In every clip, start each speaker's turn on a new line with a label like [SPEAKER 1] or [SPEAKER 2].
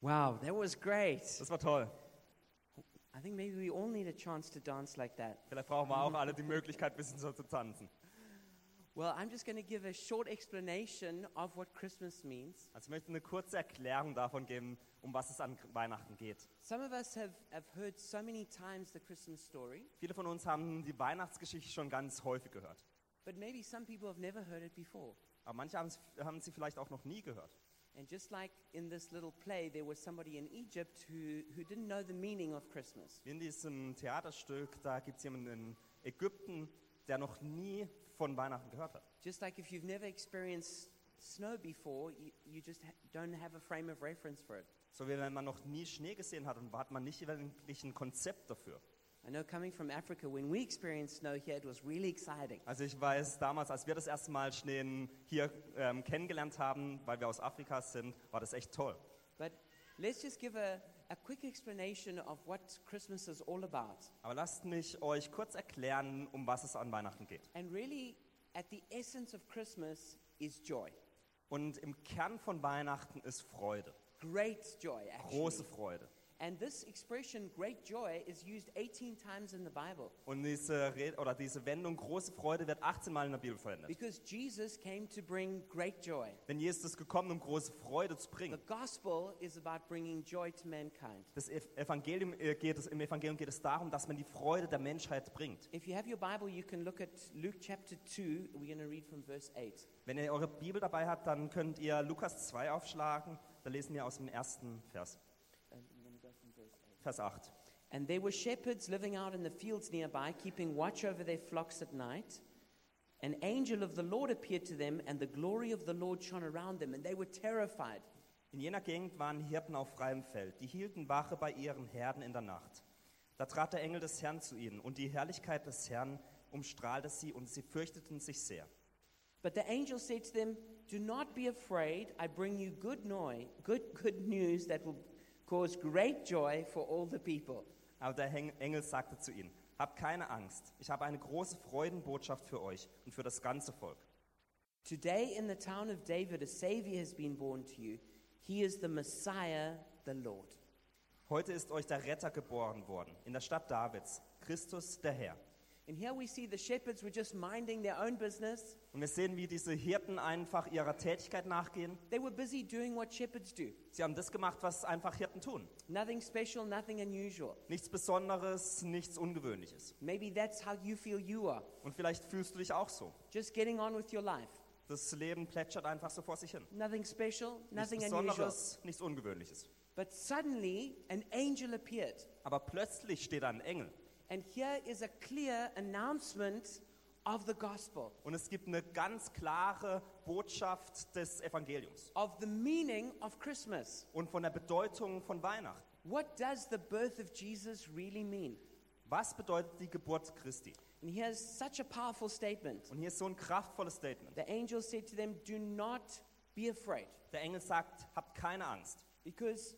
[SPEAKER 1] Wow, that was great.
[SPEAKER 2] Das war toll.
[SPEAKER 1] I think maybe we all need a chance to dance like that.
[SPEAKER 2] Vielleicht brauchen wir auch alle die Möglichkeit, ein bisschen so zu tanzen.
[SPEAKER 1] Well, I'm just going to give a short explanation of what Christmas means.
[SPEAKER 2] Also ich möchte eine kurze Erklärung davon geben, um was es an Weihnachten geht.
[SPEAKER 1] Some of us have, have heard so many times the Christmas story,
[SPEAKER 2] Viele von uns haben die Weihnachtsgeschichte schon ganz häufig gehört.
[SPEAKER 1] but maybe some people have never heard it before.
[SPEAKER 2] Aber manche haben, es- haben sie vielleicht auch noch nie gehört.
[SPEAKER 1] And just like in this little play, there was somebody in Egypt who, who didn't know the meaning of Christmas.
[SPEAKER 2] In diesem Theaterstück, da gibt es jemanden in Ägypten, der noch nie von Weihnachten gehört hat.
[SPEAKER 1] Just like if you've never experienced snow before, you, you just ha- don't have a frame of reference for it.
[SPEAKER 2] So wie wenn man noch nie Schnee gesehen hat und hat man nicht wirklich ein Konzept dafür.
[SPEAKER 1] I know coming from Africa, when we experienced snow here, it was really exciting.
[SPEAKER 2] Also ich weiß, damals, als wir das erste Mal Schnee in- hier ähm, kennengelernt haben, weil wir aus Afrika sind, war das echt toll.
[SPEAKER 1] But let's just give a, a quick explanation of what Christmas is all about.
[SPEAKER 2] Aber lasst mich euch kurz erklären, um was es an Weihnachten geht.
[SPEAKER 1] And really, at the essence of Christmas is joy.
[SPEAKER 2] Und im Kern von Weihnachten ist Freude,
[SPEAKER 1] Great joy, actually.
[SPEAKER 2] große Freude.
[SPEAKER 1] And this expression, great joy, is used 18 times in the Bible
[SPEAKER 2] Und diese, Red oder diese Wendung große Freude wird 18 Mal in der Bibel verwendet.
[SPEAKER 1] because Jesus came to bring great joy.
[SPEAKER 2] Denn Jesus ist gekommen, um große Freude zu
[SPEAKER 1] The
[SPEAKER 2] bringen.
[SPEAKER 1] gospel is about bringing joy to mankind.
[SPEAKER 2] Das Ev- Evangelium äh, geht es, Im Evangelium geht es darum, dass man die Freude der Menschheit bringt.
[SPEAKER 1] If you have your Bible, you can look at Luke chapter 2. We're going to read from verse 8.
[SPEAKER 2] Wenn ihr eure Bibel dabei habt, dann könnt ihr Lukas 2 aufschlagen. Da lesen wir aus dem ersten Vers,
[SPEAKER 1] And I'm going to go from verse 8.
[SPEAKER 2] Äh, Vers 8.
[SPEAKER 1] And there were shepherds living out in the fields nearby, keeping watch over their flocks at night. An angel of the Lord appeared to them, and the glory of the Lord shone around them, and they were terrified.
[SPEAKER 2] In jener Gegend waren Hirten auf freiem Feld, die hielten Wache bei ihren Herden in der Nacht. Da trat der Engel des Herrn zu ihnen, und die Herrlichkeit des Herrn umstrahlte sie, und sie fürchteten sich sehr.
[SPEAKER 1] But the angel said to them, Do not be afraid. I bring you good, noi- good, good news that will cause great joy for all the people.
[SPEAKER 2] Aber der Heng- Engel sagte zu ihnen, Habt keine Angst, ich habe eine große Freudenbotschaft für euch und für das ganze Volk.
[SPEAKER 1] Today in the town of David, a Savior has been born to you. He is the Messiah, the Lord.
[SPEAKER 2] Heute ist euch der Retter geboren worden, in der Stadt Davids, Christus der Herr.
[SPEAKER 1] And here we see the shepherds were just minding their own business.
[SPEAKER 2] Und wir sehen, wie diese Hirten einfach ihrer Tätigkeit nachgehen.
[SPEAKER 1] They were busy doing what shepherds do.
[SPEAKER 2] Sie haben das gemacht, was einfach Hirten tun.
[SPEAKER 1] Nothing special, nothing unusual.
[SPEAKER 2] Nichts Besonderes, nichts Ungewöhnliches.
[SPEAKER 1] Maybe that's how you feel you are,
[SPEAKER 2] Und vielleicht fühlst du dich auch so.
[SPEAKER 1] just getting on with your life.
[SPEAKER 2] Das Leben plätschert einfach so vor sich hin.
[SPEAKER 1] Nothing special, nothing
[SPEAKER 2] nichts
[SPEAKER 1] unusual.
[SPEAKER 2] Besonderes, nichts Ungewöhnliches.
[SPEAKER 1] But suddenly, an angel appeared.
[SPEAKER 2] Aber plötzlich steht da ein Engel.
[SPEAKER 1] And here is a clear announcement of the gospel,
[SPEAKER 2] Und es gibt eine ganz klare Botschaft des Evangeliums
[SPEAKER 1] of the meaning of Christmas.
[SPEAKER 2] und von der Bedeutung von Weihnachten.
[SPEAKER 1] What does the birth of Jesus really mean?
[SPEAKER 2] Was bedeutet die Geburt Christi?
[SPEAKER 1] And here's such a powerful statement.
[SPEAKER 2] Und hier ist so ein kraftvolles Statement.
[SPEAKER 1] The angel said to them, Do not be afraid.
[SPEAKER 2] Der Engel sagt, habt keine Angst.
[SPEAKER 1] Because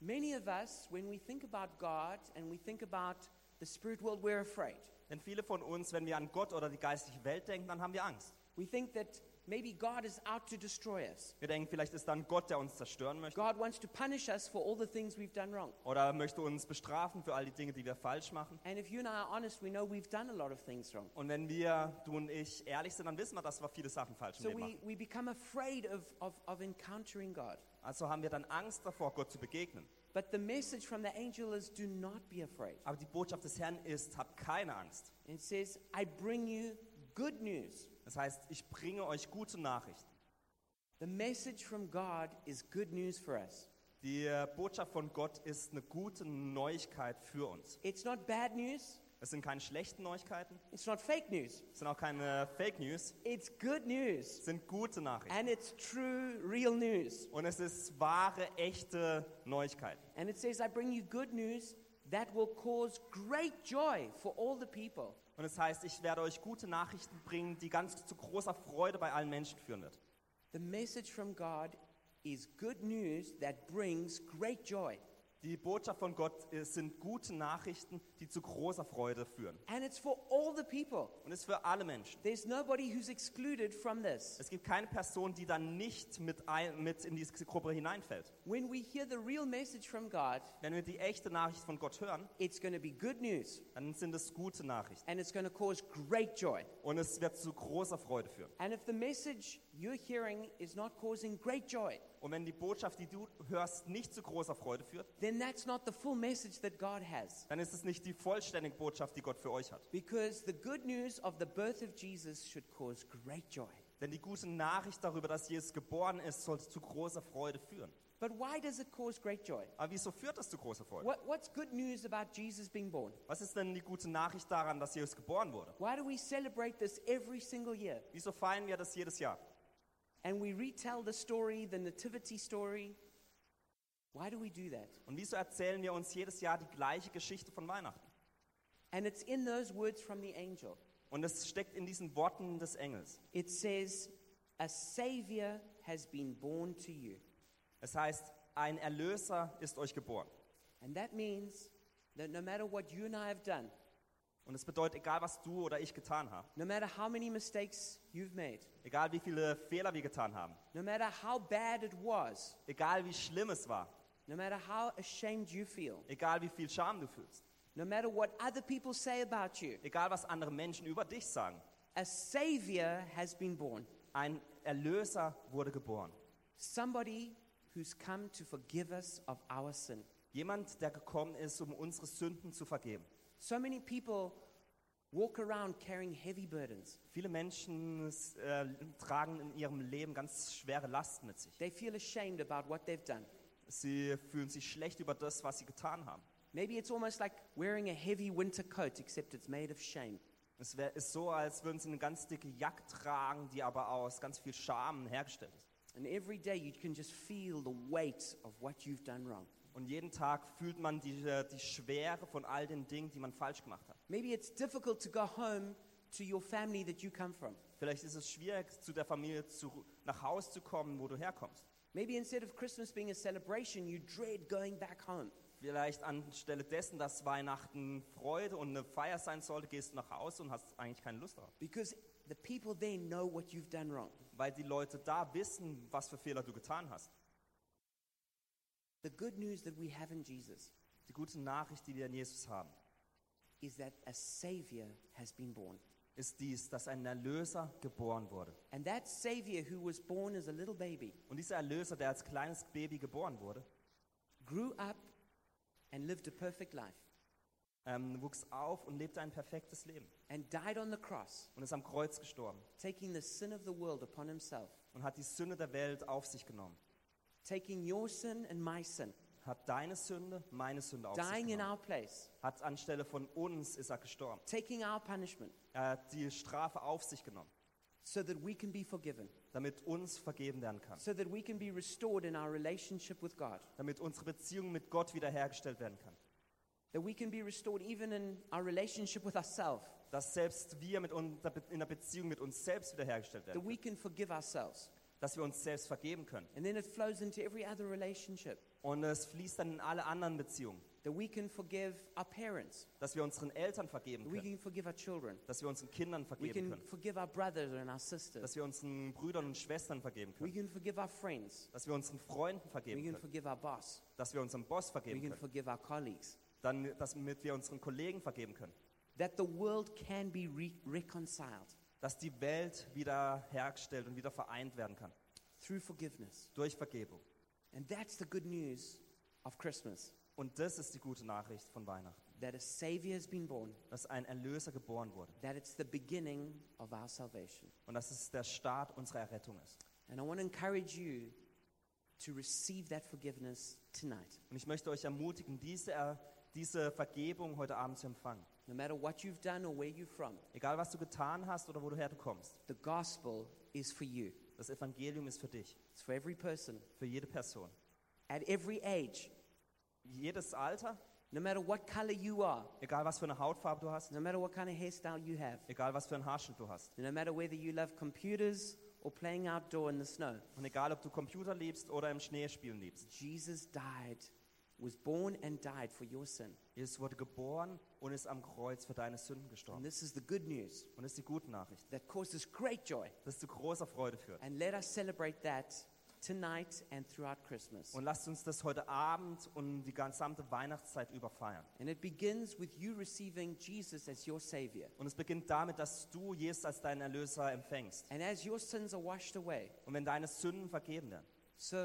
[SPEAKER 1] many of us, when we think about God and we think about the spirit world, we're afraid.
[SPEAKER 2] Denn viele von uns, wenn wir an Gott oder die geistliche Welt denken, dann haben wir Angst.
[SPEAKER 1] We think that maybe God is out to destroy us.
[SPEAKER 2] Wir denken, vielleicht ist dann Gott, der uns zerstören möchte
[SPEAKER 1] God wants to punish us for all the things we've done wrong.
[SPEAKER 2] oder möchte uns bestrafen für all die Dinge, die wir falsch machen.
[SPEAKER 1] And if you and I are honest, we know we've done a lot of things wrong.
[SPEAKER 2] Und wenn wir, du und ich, ehrlich sind, dann wissen wir, dass wir viele Sachen falsch im
[SPEAKER 1] So
[SPEAKER 2] Leben
[SPEAKER 1] we,
[SPEAKER 2] machen.
[SPEAKER 1] we become afraid of, of, of encountering God.
[SPEAKER 2] Also haben wir dann Angst davor, Gott zu begegnen.
[SPEAKER 1] But the message from the angel is do not be afraid.
[SPEAKER 2] Aber die Botschaft des Herrn ist, habt keine Angst.
[SPEAKER 1] It says, I bring you good news.
[SPEAKER 2] Das heißt, ich bringe euch gute Nachrichten.
[SPEAKER 1] The message from God is good news for us.
[SPEAKER 2] Die äh, Botschaft von Gott ist eine gute Neuigkeit für uns.
[SPEAKER 1] It's not bad news,
[SPEAKER 2] Es sind keine schlechten Neuigkeiten,
[SPEAKER 1] it's not fake news.
[SPEAKER 2] es sind auch keine Fake News,
[SPEAKER 1] It's good news.
[SPEAKER 2] es sind gute Nachrichten.
[SPEAKER 1] And it's true, real news.
[SPEAKER 2] Und es ist wahre, echte Neuigkeiten.
[SPEAKER 1] And it says, I bring you good news that will cause great joy for all the people.
[SPEAKER 2] Und es heißt, ich werde euch gute Nachrichten bringen, die ganz zu großer Freude bei allen Menschen führen wird.
[SPEAKER 1] The message from God is good news that brings great joy.
[SPEAKER 2] Die Botschaft von Gott äh, sind gute Nachrichten, die zu großer Freude führen.
[SPEAKER 1] And it's for all the people.
[SPEAKER 2] Und ist für alle Menschen.
[SPEAKER 1] There's nobody who's excluded from this.
[SPEAKER 2] Es gibt keine Person, die dann nicht mit, ein, mit in diese Gruppe hineinfällt.
[SPEAKER 1] When we hear the real message from God,
[SPEAKER 2] Wenn wir die echte Nachricht von Gott hören,
[SPEAKER 1] it's going to be good news
[SPEAKER 2] dann sind es gute Nachrichten.
[SPEAKER 1] and it's going to cause great joy.
[SPEAKER 2] Und es wird zu großer Freude führen.
[SPEAKER 1] And if the message you're hearing is not causing great joy,
[SPEAKER 2] Und wenn die Botschaft, die du hörst, nicht zu großer Freude führt,
[SPEAKER 1] then that's not the full message that God has.
[SPEAKER 2] dann ist es nicht die vollständige Botschaft, die Gott für euch hat.
[SPEAKER 1] Because the good news of the birth of Jesus should cause great joy.
[SPEAKER 2] Denn die gute Nachricht darüber, dass Jesus geboren ist, soll zu großer Freude führen.
[SPEAKER 1] But why does it cause great joy?
[SPEAKER 2] Aber wieso führt das zu großer Freude?
[SPEAKER 1] What, what's good news about Jesus being born?
[SPEAKER 2] Was ist denn die gute Nachricht daran, dass Jesus geboren wurde?
[SPEAKER 1] Why do we celebrate this every single year?
[SPEAKER 2] Wieso feiern wir das jedes Jahr?
[SPEAKER 1] And we retell the story, the nativity story. Why do we do that?
[SPEAKER 2] Und wieso erzählen wir uns jedes Jahr die gleiche Geschichte von Weihnachten?
[SPEAKER 1] And it's in those words from the angel.
[SPEAKER 2] Und es steckt in diesen Worten des Engels.
[SPEAKER 1] It says, A Savior has been born to you.
[SPEAKER 2] Es heißt, ein Erlöser ist euch geboren.
[SPEAKER 1] And that means that no matter what you and I have done,
[SPEAKER 2] Und es bedeutet, egal was du oder ich getan haben,
[SPEAKER 1] no matter how many mistakes you've made,
[SPEAKER 2] egal wie viele Fehler wir getan haben,
[SPEAKER 1] no matter how bad it was,
[SPEAKER 2] egal wie schlimm es war,
[SPEAKER 1] no matter how ashamed you feel,
[SPEAKER 2] egal wie viel Scham du fühlst,
[SPEAKER 1] no matter what other people say about you,
[SPEAKER 2] egal was andere Menschen über dich sagen,
[SPEAKER 1] a Savior has been born.
[SPEAKER 2] ein Erlöser wurde geboren.
[SPEAKER 1] Somebody who's come to forgive us of our sin.
[SPEAKER 2] Jemand, der gekommen ist, um unsere Sünden zu vergeben.
[SPEAKER 1] So many people walk around carrying heavy burdens.
[SPEAKER 2] Viele Menschen äh, tragen in ihrem Leben ganz schwere Lasten mit sich.
[SPEAKER 1] They feel ashamed about what they've done.
[SPEAKER 2] Sie fühlen sich schlecht über das, was sie getan haben.
[SPEAKER 1] Maybe it's almost like wearing a heavy winter coat, except it's made of shame.
[SPEAKER 2] Es wär, ist so, als würden sie eine ganz dicke Jacke tragen, die aber aus ganz viel Scham hergestellt ist.
[SPEAKER 1] And every day you can just feel the weight of what you've done wrong.
[SPEAKER 2] Und jeden Tag fühlt man die, äh, die Schwere von all den Dingen, die man falsch gemacht hat.
[SPEAKER 1] Maybe it's difficult to go home to your family that you come from.
[SPEAKER 2] Vielleicht ist es schwierig, zu der Familie zu, nach Haus zu kommen, wo du herkommst.
[SPEAKER 1] Maybe instead of Christmas being a celebration, you dread going back home.
[SPEAKER 2] Vielleicht anstelle dessen, dass Weihnachten Freude und eine Feier sein sollte, gehst du nach Hause und hast eigentlich keine Lust darauf.
[SPEAKER 1] Because the people there know what you've done wrong.
[SPEAKER 2] Weil die Leute da wissen, was für Fehler du getan hast.
[SPEAKER 1] The good news that we have in Jesus
[SPEAKER 2] Die gute Nachricht, die wir in Jesus haben,
[SPEAKER 1] is that a Savior has been born.
[SPEAKER 2] ist dies, dass ein Erlöser geboren wurde.
[SPEAKER 1] And that Savior who was born as a little baby
[SPEAKER 2] Und dieser Erlöser, der als kleines Baby geboren wurde,
[SPEAKER 1] grew up and lived a perfect life
[SPEAKER 2] ähm, wuchs auf und lebte ein perfektes Leben
[SPEAKER 1] and died on the cross,
[SPEAKER 2] und ist am Kreuz gestorben
[SPEAKER 1] taking the sin of the world upon himself,
[SPEAKER 2] und hat die Sünde der Welt auf sich genommen.
[SPEAKER 1] taking your sin and my sin,
[SPEAKER 2] Hat deine Sünde, meine Sünde auf sich
[SPEAKER 1] dying in
[SPEAKER 2] genommen.
[SPEAKER 1] our place,
[SPEAKER 2] Hat anstelle von uns ist er gestorben.
[SPEAKER 1] taking our punishment
[SPEAKER 2] Er hat die Strafe auf sich genommen,
[SPEAKER 1] so that we can be forgiven,
[SPEAKER 2] damit uns vergeben werden kann.
[SPEAKER 1] so that we can be restored in our relationship with God.
[SPEAKER 2] Damit unsere Beziehung mit Gott wiederhergestellt werden kann.
[SPEAKER 1] that we can be restored even in our relationship with ourselves,
[SPEAKER 2] Dass selbst wir mit un in der Beziehung mit uns selbst wiederhergestellt
[SPEAKER 1] that
[SPEAKER 2] werden.
[SPEAKER 1] we can forgive ourselves.
[SPEAKER 2] Dass wir uns selbst vergeben können.
[SPEAKER 1] And then it flows into every other relationship,
[SPEAKER 2] Und es fließt dann in alle anderen Beziehungen.
[SPEAKER 1] that we can forgive our parents,
[SPEAKER 2] Dass wir unseren Eltern vergeben
[SPEAKER 1] that we
[SPEAKER 2] können.
[SPEAKER 1] can forgive our children,
[SPEAKER 2] Dass wir unseren Kindern
[SPEAKER 1] we
[SPEAKER 2] vergeben
[SPEAKER 1] can
[SPEAKER 2] können.
[SPEAKER 1] forgive our brothers and our sisters,
[SPEAKER 2] Dass wir unseren Brüdern und Schwestern vergeben
[SPEAKER 1] we can
[SPEAKER 2] können.
[SPEAKER 1] forgive our friends,
[SPEAKER 2] Dass wir unseren Freunden
[SPEAKER 1] we
[SPEAKER 2] vergeben
[SPEAKER 1] can
[SPEAKER 2] können.
[SPEAKER 1] forgive our boss,
[SPEAKER 2] Dass wir unserem Boss
[SPEAKER 1] we
[SPEAKER 2] vergeben
[SPEAKER 1] can
[SPEAKER 2] können.
[SPEAKER 1] forgive our colleagues,
[SPEAKER 2] Dann, damit wir unseren Kollegen vergeben können.
[SPEAKER 1] that the world can be re- reconciled
[SPEAKER 2] Dass die Welt wiederhergestellt und wieder vereint werden kann.
[SPEAKER 1] through forgiveness.
[SPEAKER 2] Durch Vergebung.
[SPEAKER 1] And that's the good news of Christmas
[SPEAKER 2] Und das ist die gute Nachricht von Weihnachten,
[SPEAKER 1] that a Savior has been born,
[SPEAKER 2] dass ein Erlöser geboren wurde
[SPEAKER 1] that it's the beginning of our salvation.
[SPEAKER 2] und dass es der Start unserer Errettung ist.
[SPEAKER 1] And I want to encourage you to receive that forgiveness tonight.
[SPEAKER 2] Und ich möchte euch ermutigen, diese, Er- diese Vergebung heute Abend zu empfangen.
[SPEAKER 1] No matter what you've done or where you're from,
[SPEAKER 2] Egal, was du getan hast oder woher du kommst,
[SPEAKER 1] the gospel is for you.
[SPEAKER 2] das Evangelium ist für dich,
[SPEAKER 1] It's for every person
[SPEAKER 2] für jede Person.
[SPEAKER 1] at every age,
[SPEAKER 2] Jedes Alter,
[SPEAKER 1] no matter what color you are,
[SPEAKER 2] egal was für eine Hautfarbe du hast,
[SPEAKER 1] no matter what kind of hairstyle you have,
[SPEAKER 2] egal was für einen Haarschnitt du hast.
[SPEAKER 1] no matter whether you love computers or playing outdoor in the snow,
[SPEAKER 2] Und egal, ob du Computer liebst oder im Schnee spielen liebst.
[SPEAKER 1] Jesus died was born and died for your sin.
[SPEAKER 2] Jesus wurde geboren und ist am Kreuz für deine Sünden
[SPEAKER 1] And
[SPEAKER 2] gestorben.
[SPEAKER 1] this is the good news
[SPEAKER 2] Und das ist die gute Nachricht,
[SPEAKER 1] that causes great joy.
[SPEAKER 2] das zu großer Freude führt.
[SPEAKER 1] And let us celebrate that tonight and throughout Christmas.
[SPEAKER 2] Und lasst uns das heute Abend und die gesamte Weihnachtszeit über feiern.
[SPEAKER 1] And it begins with you receiving Jesus as your Savior.
[SPEAKER 2] Und es beginnt damit, dass du Jesus als deinen Erlöser empfängst.
[SPEAKER 1] And as your sins are washed away,
[SPEAKER 2] Und wenn deine Sünden vergeben werden,
[SPEAKER 1] so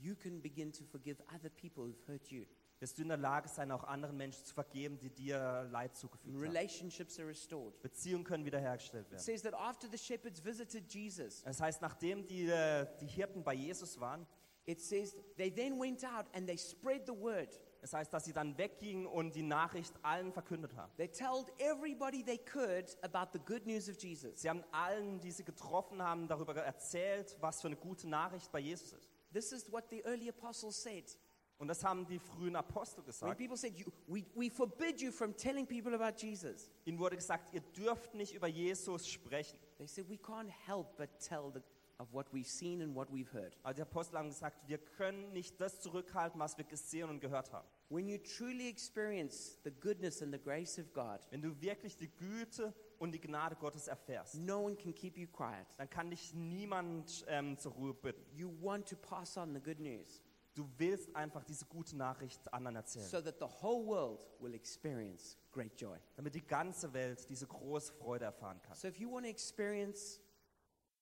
[SPEAKER 1] you can begin to forgive other people who've hurt you.
[SPEAKER 2] wirst du in der Lage sein, auch anderen Menschen zu vergeben, die dir Leid zugefügt haben.
[SPEAKER 1] Relationships are restored.
[SPEAKER 2] Beziehungen können wiederhergestellt
[SPEAKER 1] It
[SPEAKER 2] werden.
[SPEAKER 1] says that after the shepherds visited Jesus,
[SPEAKER 2] Das heißt, nachdem die, äh, die Hirten bei Jesus waren,
[SPEAKER 1] it says they then went out and they spread the word.
[SPEAKER 2] das heißt, dass sie dann weggingen und die Nachricht allen verkündet haben.
[SPEAKER 1] They told everybody they could about the good news of Jesus.
[SPEAKER 2] Sie haben allen, die sie getroffen haben, darüber erzählt, was für eine gute Nachricht bei Jesus ist.
[SPEAKER 1] This is what the early apostles said.
[SPEAKER 2] Und das haben die frühen Apostel
[SPEAKER 1] When
[SPEAKER 2] gesagt.
[SPEAKER 1] people said, you, we, we forbid you from telling people about Jesus,
[SPEAKER 2] Ihnen wurde gesagt, ihr dürft nicht über Jesus sprechen.
[SPEAKER 1] they said, we can't help but tell the, of what we've seen and what we've heard.
[SPEAKER 2] Also die Apostel haben gesagt, wir können nicht das zurückhalten, was wir gesehen und gehört haben.
[SPEAKER 1] When you truly experience the goodness and the grace of God,
[SPEAKER 2] Wenn du wirklich die Güte und die Gnade Gottes erfährst,
[SPEAKER 1] no one can keep you quiet.
[SPEAKER 2] dann kann dich niemand ähm, zur Ruhe bitten.
[SPEAKER 1] You want to pass on the good news
[SPEAKER 2] Du willst einfach diese gute Nachricht anderen erzählen,
[SPEAKER 1] so that the whole world will experience great joy.
[SPEAKER 2] damit die ganze Welt diese große Freude erfahren kann.
[SPEAKER 1] So if you want to experience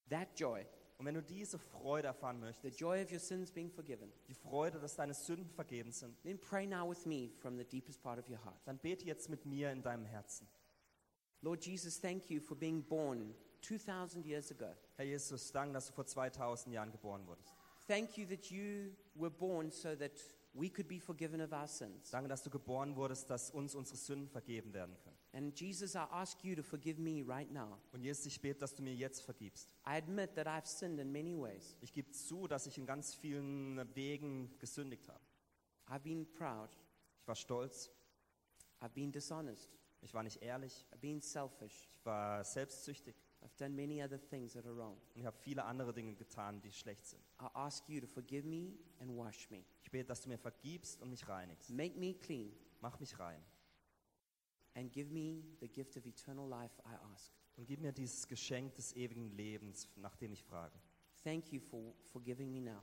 [SPEAKER 1] that joy,
[SPEAKER 2] Und wenn du diese Freude erfahren
[SPEAKER 1] the
[SPEAKER 2] möchtest,
[SPEAKER 1] joy of your sins being forgiven,
[SPEAKER 2] die Freude, dass deine Sünden vergeben sind,
[SPEAKER 1] then pray now with me from the deepest part of your heart.
[SPEAKER 2] dann bete jetzt mit mir in deinem Herzen.
[SPEAKER 1] Lord Jesus, thank you for being born 2,000 years ago.
[SPEAKER 2] Herr Jesus, danke, dass du vor 2000 Jahren geboren wurdest.
[SPEAKER 1] Thank you that you were born so that we could be forgiven of our sins.
[SPEAKER 2] Danke, dass du geboren wurdest, dass uns unsere Sünden vergeben werden können.
[SPEAKER 1] And Jesus, I ask you to forgive me right now.
[SPEAKER 2] Und Jesus, ich bete, dass du mir jetzt vergibst.
[SPEAKER 1] I admit that I've sinned in many ways.
[SPEAKER 2] Ich gebe zu, dass ich in ganz vielen Wegen gesündigt habe.
[SPEAKER 1] I've been proud.
[SPEAKER 2] Ich war stolz,
[SPEAKER 1] I've been dishonest.
[SPEAKER 2] ich war nicht ehrlich,
[SPEAKER 1] I've been selfish.
[SPEAKER 2] ich war selbstsüchtig
[SPEAKER 1] I've done many other things that are wrong.
[SPEAKER 2] und ich habe viele andere Dinge getan, die schlecht sind.
[SPEAKER 1] I ask you to forgive me and wash me.
[SPEAKER 2] Ich bete, dass du mir vergibst und mich reinigst.
[SPEAKER 1] Make me clean
[SPEAKER 2] Mach mich rein
[SPEAKER 1] and give me the gift of eternal life, I ask.
[SPEAKER 2] und gib mir dieses Geschenk des ewigen Lebens, nach dem ich frage.
[SPEAKER 1] Thank you for forgiving me now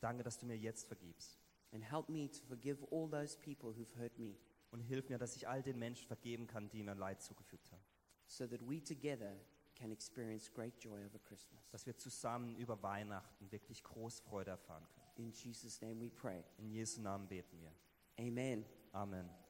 [SPEAKER 2] Danke, dass du mir jetzt vergibst
[SPEAKER 1] and help me to forgive all those people who've hurt me
[SPEAKER 2] und hilf mir, dass ich all den Menschen vergeben kann, die mir Leid zugefügt haben.
[SPEAKER 1] so that we together can experience great joy over Christmas.
[SPEAKER 2] Dass wir zusammen über Weihnachten wirklich groß Freude erfahren können.
[SPEAKER 1] In Jesus' name we pray.
[SPEAKER 2] In Jesu Namen beten wir.
[SPEAKER 1] Amen.
[SPEAKER 2] Amen.